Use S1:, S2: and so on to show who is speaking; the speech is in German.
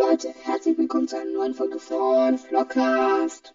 S1: Leute, herzlich willkommen zu einer neuen Folge von Vlogcast.